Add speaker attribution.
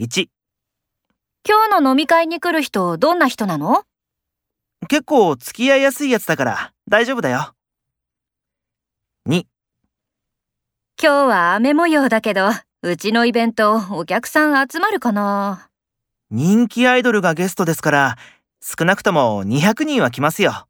Speaker 1: 1
Speaker 2: 今日の飲み会に来る人、どんな人なの
Speaker 1: 結構付き合いやすいやつだから大丈夫だよ2
Speaker 2: 今日は雨模様だけど、うちのイベント、お客さん集まるかな
Speaker 1: 人気アイドルがゲストですから少なくとも200人は来ますよ